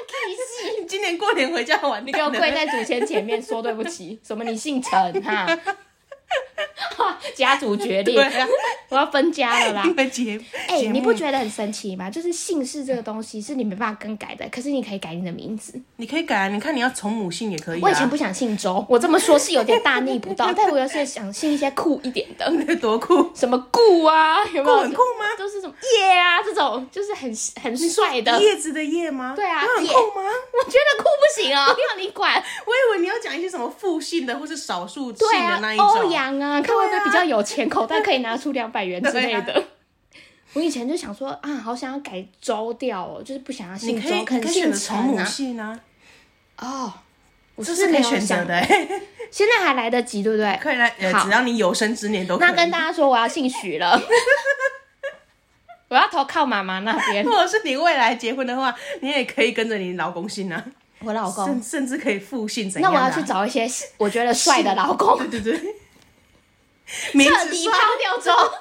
B: 气死！
A: 今年过年回家玩，你
B: 给我跪在祖先前面说对不起，什么你姓陈哈？家族决定
A: 对，啊，
B: 我要分家了啦。
A: 因为节
B: 哎、
A: 节目
B: 你不觉得很神奇吗？就是姓氏这个东西是你没办法更改的，可是你可以改你的名字。
A: 你可以改啊？你看你要从母姓也可以、啊。
B: 我以前不想姓周，我这么说是有点大 逆不道，但我有时候想姓一些酷一点的，
A: 多酷，
B: 什么顾啊，有没
A: 够
B: 有？
A: 很酷吗？
B: 都是什么叶啊这种，就是很很帅的。
A: 叶子的叶吗？
B: 对啊
A: 那很
B: 叶
A: 酷吗？
B: 我觉得酷不行 哦，要你管。
A: 我以为你要讲一些什么复姓的或是少数姓
B: 对
A: 的
B: 啊
A: 那一，种。
B: 欧阳啊，看会不会比较有钱，口袋可以拿出两百元之类的。我以前就想说啊，好想要改州调哦，就是不想要
A: 你
B: 姓
A: 可以
B: 州，
A: 你可
B: 肯
A: 以
B: 姓
A: 选择
B: 陈
A: 从母
B: 啊。
A: 系呢，
B: 哦，我
A: 这
B: 是
A: 是可
B: 没
A: 以
B: 有
A: 选择
B: 想
A: 的、欸，
B: 现在还来得及，对不对？
A: 可以来，呃，
B: 好
A: 只要你有生之年都可以。
B: 那跟大家说，我要姓许了，我要投靠妈妈那 边
A: 如。果是你未来结婚的话，你也可以跟着你老公姓啊，
B: 我老
A: 甚
B: 公，
A: 甚至可以复姓怎
B: 那
A: 样、啊？
B: 我要去找一些我觉得帅的老 公，
A: 对对 对，名
B: 彻
A: 字
B: 底
A: 帅
B: 抛，掉州。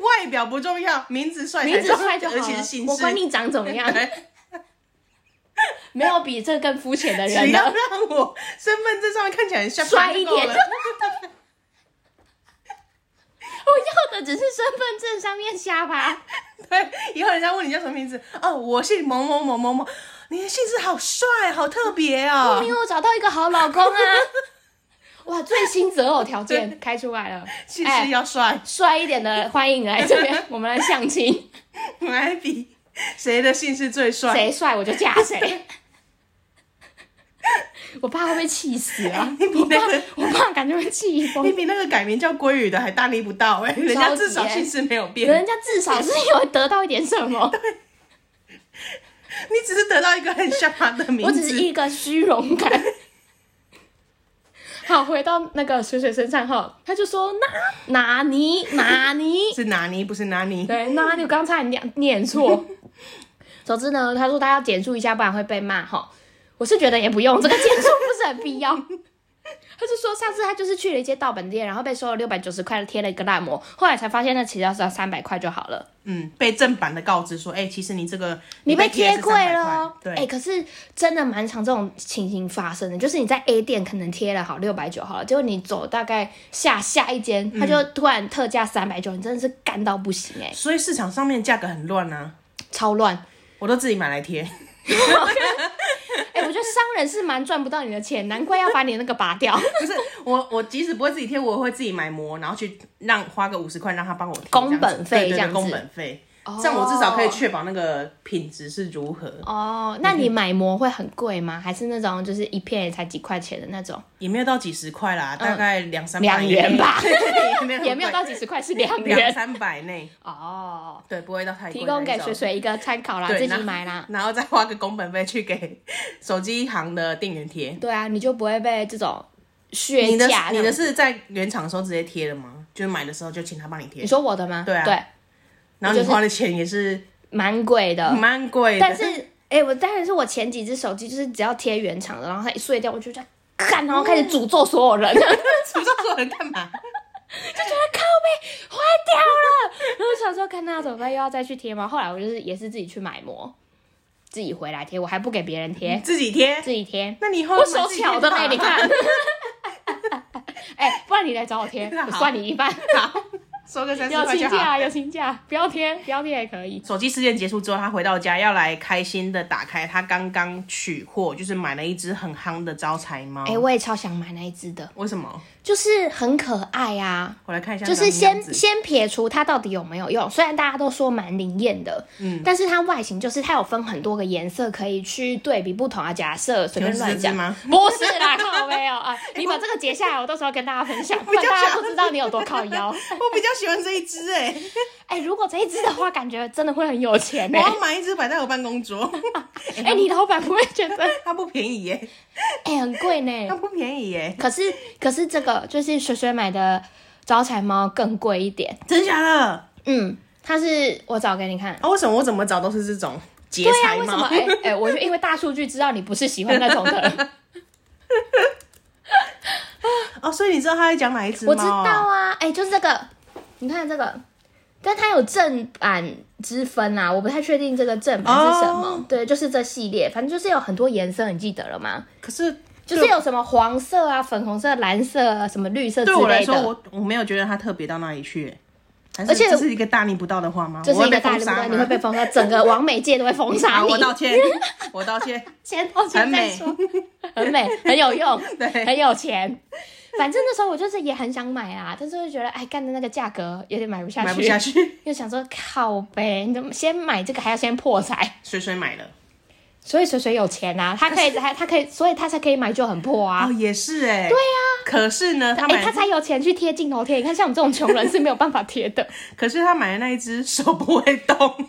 A: 外表不重要，名字帅才
B: 名字
A: 重要
B: 帅就 好
A: 尤其
B: 了
A: 是姓，氏。哎
B: 我管你长怎么 样，
A: 对
B: 没有比这更肤浅的
A: 只
B: 人
A: 要
B: 啊了。
A: 让我身份证上面看起来很像
B: 帅一点
A: 就够了
B: 我要的只是身份证上面瞎
A: 啊
B: 吧。
A: 对，以后人家问你叫什么名字，哦，我姓某某某某某，你的姓氏好帅，好特别哦
B: 因。为我啊找到一个好老公啊！哇，最新择偶条件开出来了，
A: 姓
B: 哎
A: 氏要帅，
B: 帅一点的欢迎来这边，我们来相亲，
A: 我们来比谁的姓氏最 帅。
B: 谁帅我就嫁谁。 我爸会被气死啊！
A: 你比
B: 我
A: 那
B: 爸
A: 个，
B: 我爸感觉会气
A: 你
B: 疯。
A: 比那个改名叫鲑鱼的还大逆不道哎、人家至少
B: 超级欸
A: 姓氏没有变，
B: 人家至少是有得到一点什 么，
A: 你只是得到一个很像他的名字。
B: 我只是一个虚荣感。好，回到那个水水身上后，他就说：“那哪尼哪尼，
A: 是拿尼，不是拿尼。
B: 对，那你刚才念念错。 总之呢，他说他要简述一下，不然会被骂哈。我是觉得也不用，这个简述不是很必要。 他就说上次他就是去了一间盗版店，然后被收了六百九十块，贴了一个烂膜，后来才发现那其实只要三百块就好了。
A: 嗯，被正版的告知说，哎、其实你这个
B: 你被贴
A: 是
B: 贵
A: 300
B: 了哦，
A: 对，
B: 哎、可是真的蛮常这种情形发生的，就是你在 A 店可能贴了好六百九好了，结果你走大概下下一间，他就突然特价三百九，你真的是干到不行哎、
A: 所以市场上面的价格很乱啊，
B: 超乱。
A: 我都自己买来贴。
B: 哎、我觉得商人是蛮赚不到你的钱，难怪要把你那个拔掉，
A: 不是我，我即使不会自己贴，我会自己买膜，然后去让花个五十块让他帮我贴这
B: 工
A: 样子
B: 本费
A: 对对对
B: 这样子
A: 工本费，这样我至少可以确保那个品质是如何，
B: 哦。那你买膜会很贵吗？还是那种就是一片也才几块钱的那种？
A: 也没有到几十块啦，大概嗯两三百
B: 两元
A: 内
B: 吧
A: 也没有
B: 也没有
A: 很贵
B: 到几十块，是两
A: 两
B: 元
A: 三百内，
B: 哦。
A: 对，不会到太贵
B: 提
A: 那一种。
B: 供给水水一个参考啦，
A: 哦对
B: 自己
A: 然后
B: 买啦。
A: 然后再花个工本费去给手机行的店员贴。
B: 对啊，你就不会被这种削
A: 你的
B: 价。
A: 你的，是在原厂的时候直接贴的吗？就是买的时候就请他帮你贴
B: 你，说我的吗？
A: 对啊
B: 对，
A: 然后你
B: 就是
A: 花的钱也是
B: 蛮贵的，
A: 蛮贵的。
B: 但是，哎、我当然是我前几只手机就是只要贴原厂的，然后它一碎掉，我就在干，然后开始诅咒所有人， 就觉得
A: 诅咒所有人干嘛？
B: 靠背坏掉了。然后想说看那怎么办，又要再去贴吗？后来我就是也是自己去买膜，自己回来贴，我还不给别人贴，
A: 自己 贴
B: 自。己贴。
A: 那你以后
B: 我
A: 要买
B: 手
A: 自己贴
B: 巧的呢，
A: 吧
B: 你看。哎、不然你来找我 贴，
A: 好
B: 我算你一半。
A: 好，收个三十
B: 友
A: 块
B: 情
A: 就好。
B: 价，友情价，不 要贴，不要贴也可以。
A: 手机事件结束之后，他回到家要来开心的打开他刚刚取货，就是买了一只很夯的招财猫。
B: 哎、我也超想买那一只的，
A: 为什么？就是
B: 很可爱啊。
A: 我来看一下
B: 就
A: 长什么
B: 是
A: 样
B: 先
A: 子，
B: 先撇除它到底有没有用，虽然大家都说蛮灵验的，嗯，但是它外形就是它有分很多个颜色可以去对比不同啊。假设随便乱
A: 请
B: 讲
A: 问是，
B: 不是啦，靠没 有
A: 哎
B: 啊，你把这个截下来，我到时候跟大家分享，不然大家不知道你有多 靠腰。
A: 我比较喜欢这一只哎、
B: 哎、如果这一只的话，感觉真的会很有钱
A: 我
B: 哎、
A: 要买一只摆在我办公桌，
B: 哎、你老板不会觉得
A: 它不便宜耶、
B: 哎、很贵呢、
A: 它不便宜耶、
B: 可是可是这个就是水水买的招财猫更贵一点，
A: 真假的？
B: 嗯，它是我找给你看。
A: 啊，为什么我怎么找都是这种劫
B: 对呀、
A: 财
B: 为什
A: 猫？
B: 么？哎、哎、我就因为大数据知道你不是喜欢那 种的，
A: 哦，所以你知道他在讲哪一只猫？
B: 我知道。
A: 哦
B: 啊。哎、就是这个，你看这个，但它有正版之分啦、我不太确定这个正版是什么。
A: 哦
B: 对，就是这系列，反正就是有很多颜色，你记得了吗？
A: 可是
B: 就是有什么黄色啊、粉红色、蓝色啊、什么绿色之
A: 对我来
B: 类
A: 说，
B: 的。
A: 我我没有觉得它特别到哪里去。还是
B: 而且
A: 这是一个大逆不道的话吗？
B: 这
A: 我
B: 是
A: 会
B: 一
A: 被
B: 个大
A: 封
B: 礼
A: 杀
B: 包，
A: 吗
B: 你会被封杀，整个王美界都会封杀
A: 好，
B: 你。
A: 我道歉，我道歉。
B: 先道歉
A: 很
B: 再
A: 美
B: 说， 很美，很有用，
A: 对
B: 很有钱。反正那时候我就是也很想买啊，但是就觉得哎，干的那个价格有点买不下去，
A: 买不下去，
B: 又想说靠呗，你怎么先买这个还要先破财？
A: 水水买了，
B: 所以水水有钱啊，他可以还他可以，所以他才可以买就很破啊
A: 哦，。也是哎、对呀、可是呢，他
B: 哎、
A: 买，
B: 他才有钱去贴镜头贴。你看，像我们这种穷人是没有办法贴的。
A: 可是他买的那一只手不会动，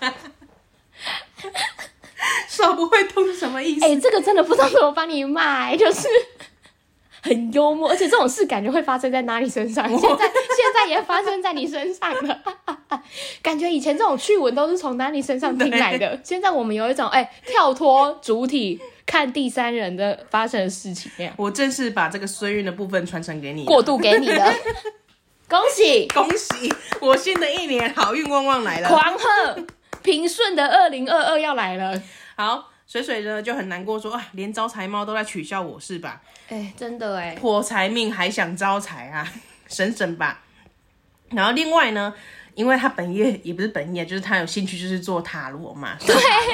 A: 手不会动是什么意思？
B: 哎、这个真的不知道怎么帮你卖，就是 很幽默，而且这种事感觉会发生在哪里身 上？现在现在也发生在你身上了， 感觉以前这种趣闻都是从哪里身上听来的，现在我们有一种哎、跳脱主体看第三人的发生的事情 那样，
A: 我正式把这个衰运的部分传承给你。
B: 过渡给你的， 恭喜
A: 恭喜，我新的一年好运旺旺来了。
B: 狂贺！平顺的二零二二要来了，
A: 好，水水呢就很难过说啊，连招财猫都在取笑我是吧？
B: 哎、真的哎、
A: 破财命还想招财啊， 省省吧。然后另外呢，因为他本业也不是本业，就是他有兴趣就是做塔罗嘛。对，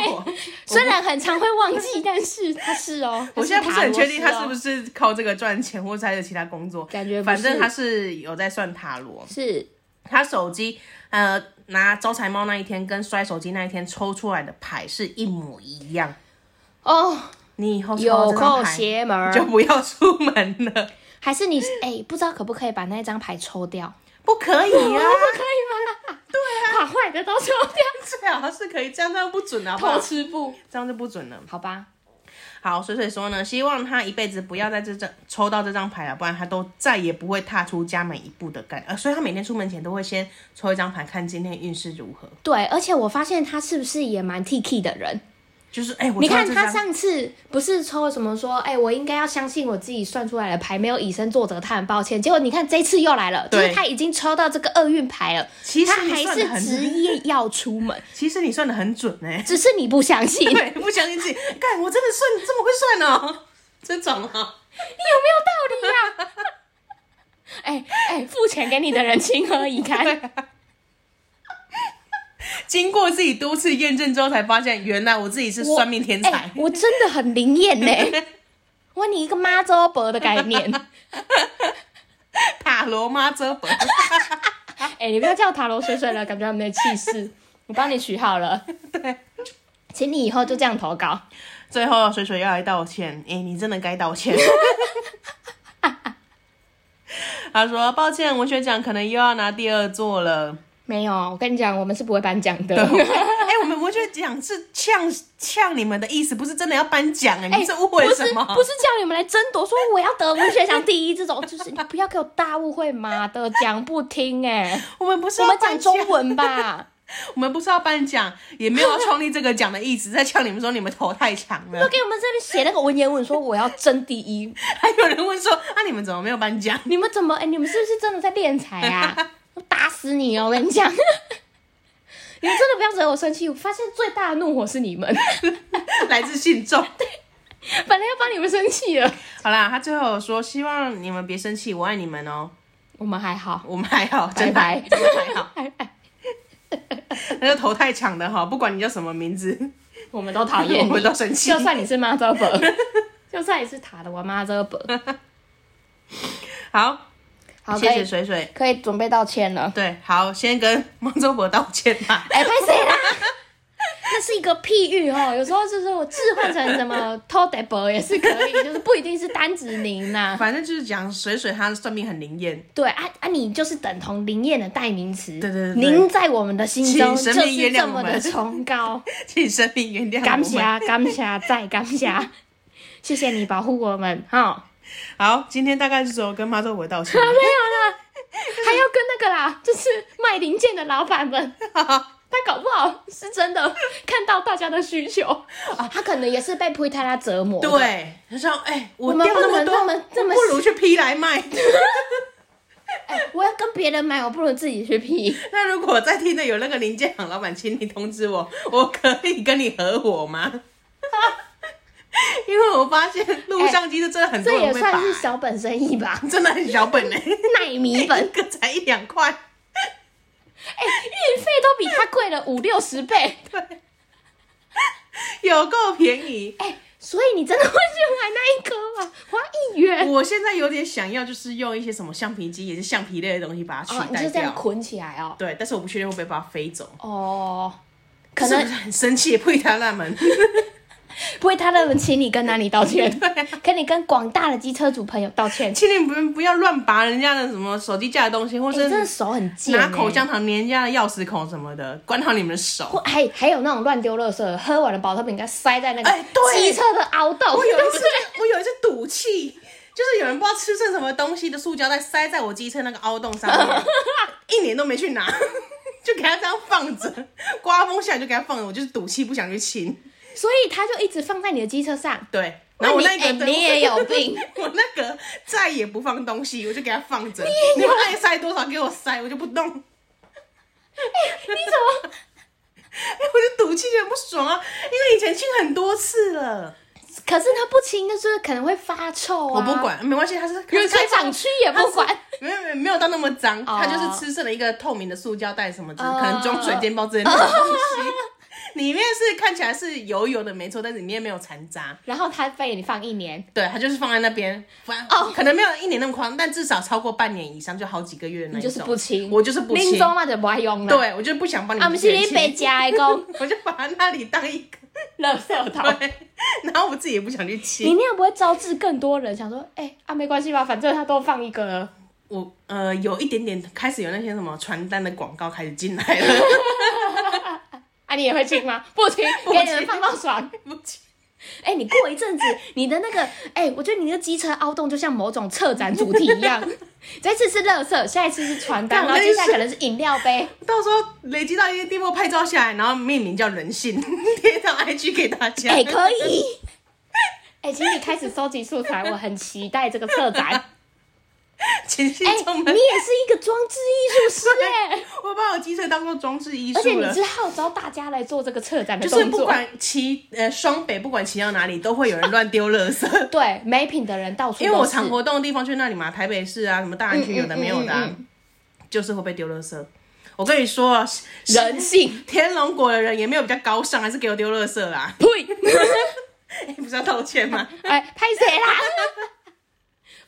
B: 虽然很常会忘记，但是他是哦，
A: 我现在不是很确定他是不
B: 是
A: 是靠这个赚钱，或者他有其他工作。
B: 感觉不
A: 反正
B: 是
A: 他是有在算塔罗，
B: 塔罗师哦是
A: 他手机呃拿招财猫那一天跟摔手机那一天抽出来的牌是一模一样。
B: 哦，
A: 你以后抽到
B: 有
A: 这张
B: 扣
A: 牌
B: 邪门儿
A: 就，不要出门了，
B: 还是你哎、不知道可不可以把那张牌抽掉？
A: 不可以啊！
B: 以吗？ 对啊，把坏的都抽掉，
A: 最好是可以，这样这样不准好不好？
B: 吃不？
A: 这样就不准了。
B: 好吧，
A: 好，水水说呢，希望他一辈子不要在这张抽到这张牌了，啊不然他都再也不会踏出家门一步的感。呃，所以他每天出门前都会先抽一张牌，看今天运势如何。
B: 对，而且我发现他是不是也蛮 T K 的人？
A: 就是哎、我
B: 你
A: 抽到
B: 看
A: 这
B: 他
A: 张
B: 上次不是抽什么说，哎、我应该要相信我自己算出来的牌，没有以身作则，他很抱歉。结果你看这次又来了，就
A: 对
B: 是他已经抽到这个厄运牌了，
A: 其实
B: 他
A: 你
B: 还
A: 算得很
B: 是执意要出门，
A: 其实你算的很准哎、
B: 只是你不相信。你有没
A: 对，不相信自己，干，我真的算这么会算哦，这种啊，
B: 有道理呀、 哎哎，付钱给你的人情何以堪？
A: 经过自己多次验证之后，才发现原来我自己是
B: 我
A: 算命天
B: 哎
A: 才。
B: 我真的很灵验呢。我你一个妈周伯的 概念，
A: 塔罗妈遮本，
B: 哎、你不要叫塔罗水水了，感觉很没气势。我帮你取好了，
A: 对。
B: 请你以后就这样投稿。
A: 最后，水水要来道歉，哎、你真的该道 歉。他说：“抱歉，文学奖可能又要拿第二座了。
B: 没有，我跟你讲，我们是不会颁奖的。
A: 哎、我们文学奖是呛呛你们的意思，不是真的要颁奖哎、你
B: 哎
A: 们是误会
B: 不
A: 什
B: 是
A: 么？
B: 不是叫你们来争夺，说我要得文学奖第一这种，就是你不要给我大误会嘛，得奖不听哎、
A: 我们 不是
B: 我
A: 要
B: 们
A: 颁
B: 讲
A: 奖，
B: 中文吧，
A: 我们不是要颁奖，也没有要创立这个奖的意思，在呛你们说你们头太强了
B: 都。给我们这边写那个文言文说我要争第一，
A: 还有人问说，啊，你们怎么没有颁奖？
B: 你们怎么？哎、你们是不是真的在敛财啊？我打死你哦！我跟你讲， 你们真的不要惹我生气。我发现最大的怒火是你们，
A: 来自信 众。
B: 本来要帮你们生气了，
A: 好啦，他最后有说，希望你们别生气，我爱你们哦。
B: 我们还好，
A: 我们还好，真的
B: 拜拜
A: 真的还好。
B: 还还
A: 那个头太强的哈，不管你叫什么名字，
B: 我们都讨
A: 我
B: 厌
A: 们
B: 你，
A: 都生气
B: 就。算你是妈这本，就算你是塔的我妈这本，
A: 好，
B: 好，
A: 谢
B: 可
A: 谢
B: 以
A: 水水。
B: 可以准备道歉了。
A: 对，好，先跟 孟周博道歉吧。
B: 哎、拍谁啦？ 那是一个譬喻哦，有时候就是我置换成什么 偷 d e 也是可以，就是不一定是单指您呐、
A: 反正就是讲水水他算命很灵验，
B: 对啊啊，你就是等同灵验的代名词。
A: 对对对对
B: 您在我们的心中
A: 请神
B: 就
A: 明原
B: 是
A: 谅
B: 这
A: 我
B: 么
A: 们
B: 的崇高。
A: 请神明 原谅
B: 感
A: 我们。
B: 谢啊感谢再感谢，啊 谢谢你保护我们哈、
A: 好，今天大概就只有跟妈周博道 歉。
B: 没有了，还要跟那个啦，就是卖零件的老板们。他搞不好是真的看到大家的需求，他可能也是被推他拉折磨的。
A: 啊对，他说：“哎、我
B: 我们
A: 掉那
B: 不
A: 么
B: 能
A: 多，
B: 这么这
A: 我
B: 么
A: 不如去批来卖。
B: 哎，我要跟别人买，我不如自己去批。
A: 那如果在听的有那个零件行老板，请你通知我，我可以跟你合伙吗？ 因为我发现录像机就真的很多
B: 哎这
A: 人
B: 也
A: 会把，
B: 算是小本生意吧，
A: 真的很小本呢、
B: 奈米本
A: 一。个才一两块。”
B: 哎、运费都比它贵了五六十倍，
A: 有够便宜。
B: 哎、所以你真的会去买那一颗吗？花一元
A: 我现在有点想要，就是用一些什么橡皮筋，也是橡皮类的东西把它
B: 哦，
A: 取
B: 你
A: 代
B: 就这
A: 掉。
B: 样捆起来哦，
A: 对，但是我不确定会不会把它飞走，
B: 哦，可能
A: 是不是很生气，不理他那门。
B: 为他的请你跟哪里道歉， 跟你跟广大的机车主朋友道歉。
A: 请你们不要乱拔人家的什么手机架的东西，或
B: 你、
A: 是
B: 哎真的手很贱、欸，
A: 拿口香糖粘人家的钥匙孔什么的，管好你们的手
B: 或。还还有那种乱丢垃圾，喝完了保特瓶，给它塞在那个
A: 哎对
B: 汽车的凹洞。
A: 我有一次，我有一次赌气，就是有人不知道吃剩什么东西的塑胶袋塞在我机车那个凹洞上面，一年都没去拿，就给它这样放着，刮风下雨就给它放着，我就是赌气不想去清。
B: 所以它就一直放在你的机车上。
A: 对，然后我
B: 那
A: 那
B: 你
A: 个
B: 哎你也有病，
A: 我那个再也不放东西，我就给它放着，你们爱塞多少给我塞，我就不动。
B: 你怎么？
A: 我就赌气就很不爽啊，因为以前亲很多次了，
B: 可是它不清，就是可能会发臭啊。
A: 我不，管，没关系，它是
B: 有
A: 开
B: 水
A: 放
B: 长区也不管。
A: 没有没有没有到那么脏，
B: 哦
A: 它就是吃剩了一个透明的塑胶袋什么，就是
B: 哦
A: 可能装水煎包之类的东西， 里面是看起来是油油的没错，但是里面没有残渣。
B: 然后它被你放一年，
A: 对，它就是放在那边，反
B: 哦
A: 可能没有一年那么夸张，但至少超过半年以上，就好几个月的那
B: 你
A: 一种。
B: 就是不清。
A: 我就是不
B: 拎
A: 清。
B: 走嘛就不爱用了。，
A: 对，我就不想帮你
B: 啊，
A: 们
B: 不
A: 清。
B: 是你被夹的讲
A: 我就把那里当一个，
B: 垃圾桶。
A: 对， 然后我自己也不想去
B: 哦 你
A: 清。
B: 那样不会招致更多人想说，哎、啊，没关系吧，反正他都放一个了。
A: 我呃有一点点开始有那些什么传单的广告开始进来了，
B: 啊，你也会清 吗？不清，
A: 不
B: 给
A: 清
B: 你们放到爽。
A: 不清
B: 哎、你过一阵子，你的那个，哎、我觉得你的机车凹洞就像某种策展主题一 样，这次是垃圾，下一次是传
A: 干
B: 单，然后
A: 我
B: 接
A: 跟你说
B: 下来可能是饮料杯。
A: 到时候累积到一个地步，拍照下来，然后命名叫人性， 贴上 IG 给大 家。
B: 哎、可以。 哎、请你开始收集素材，我很期待这个策 展。
A: 请信
B: 哎、
A: 众
B: 你
A: 们，
B: 也是一个装置 艺术师哎、
A: 我把我机车当做装置艺
B: 而且
A: 术
B: 你
A: 了
B: 是。号召大家来做这个策展的
A: 就是
B: 动
A: 不
B: 作。
A: 管骑呃双北，不管骑到哪里，都会有人乱丢垃圾。
B: 对，没品的人到处都是。
A: 因为我常活动的地方去那里嘛，台北市啊，什么大安区有的没有的、啊，
B: 嗯嗯
A: 就是会被丢垃圾。我跟你说啊，
B: 人性，
A: 天龙国的人也没有比较高尚，还是给我丢垃圾 啦。
B: 呸！
A: 你不是要道歉吗？
B: 哎，拍谁啦？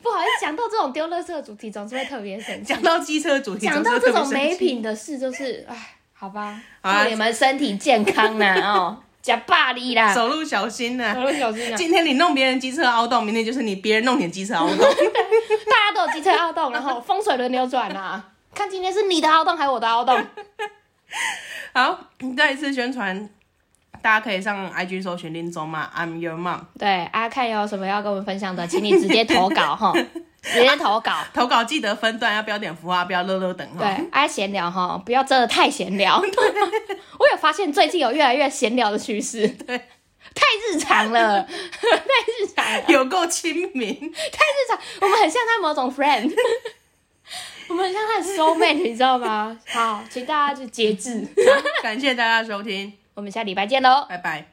B: 不好意思，讲到这种丢垃圾的主题，总是会特别生 气。
A: 讲到机车主题，
B: 讲到这种没
A: 没
B: 品的事，就是哎，好吧，
A: 好啊
B: 祝你们身体健康啦哦，假霸力啦，
A: 走路小心呐、
B: 走路小心啊！
A: 今天你弄别人机车凹洞，明天就是你别人弄你的机车凹洞。
B: 大家都有机车凹洞，然后风水轮流转 啊。看今天是你的凹洞还是我的凹洞？
A: 好，再一次宣传，大家可以上 IG 搜寻林总嘛，I'm your mom，
B: 对，啊，看有什么要跟我们分享的，请你直接投稿哈， 直接投稿。
A: 投稿记得分段，要标点符号，不要乐乐等
B: 对
A: 哈。，
B: 爱闲聊哈，不要真的太闲 聊。我有发现最近有越来越闲聊的趋势，
A: 对
B: 太日常 了，太日常了，
A: 有够亲民，
B: 太日常，我们很像他某种 friend，我们很像他的 soul mate，你知道吗？好，请大家去节制，
A: 感谢大家收听，
B: 我们下礼拜见喽，
A: 拜拜。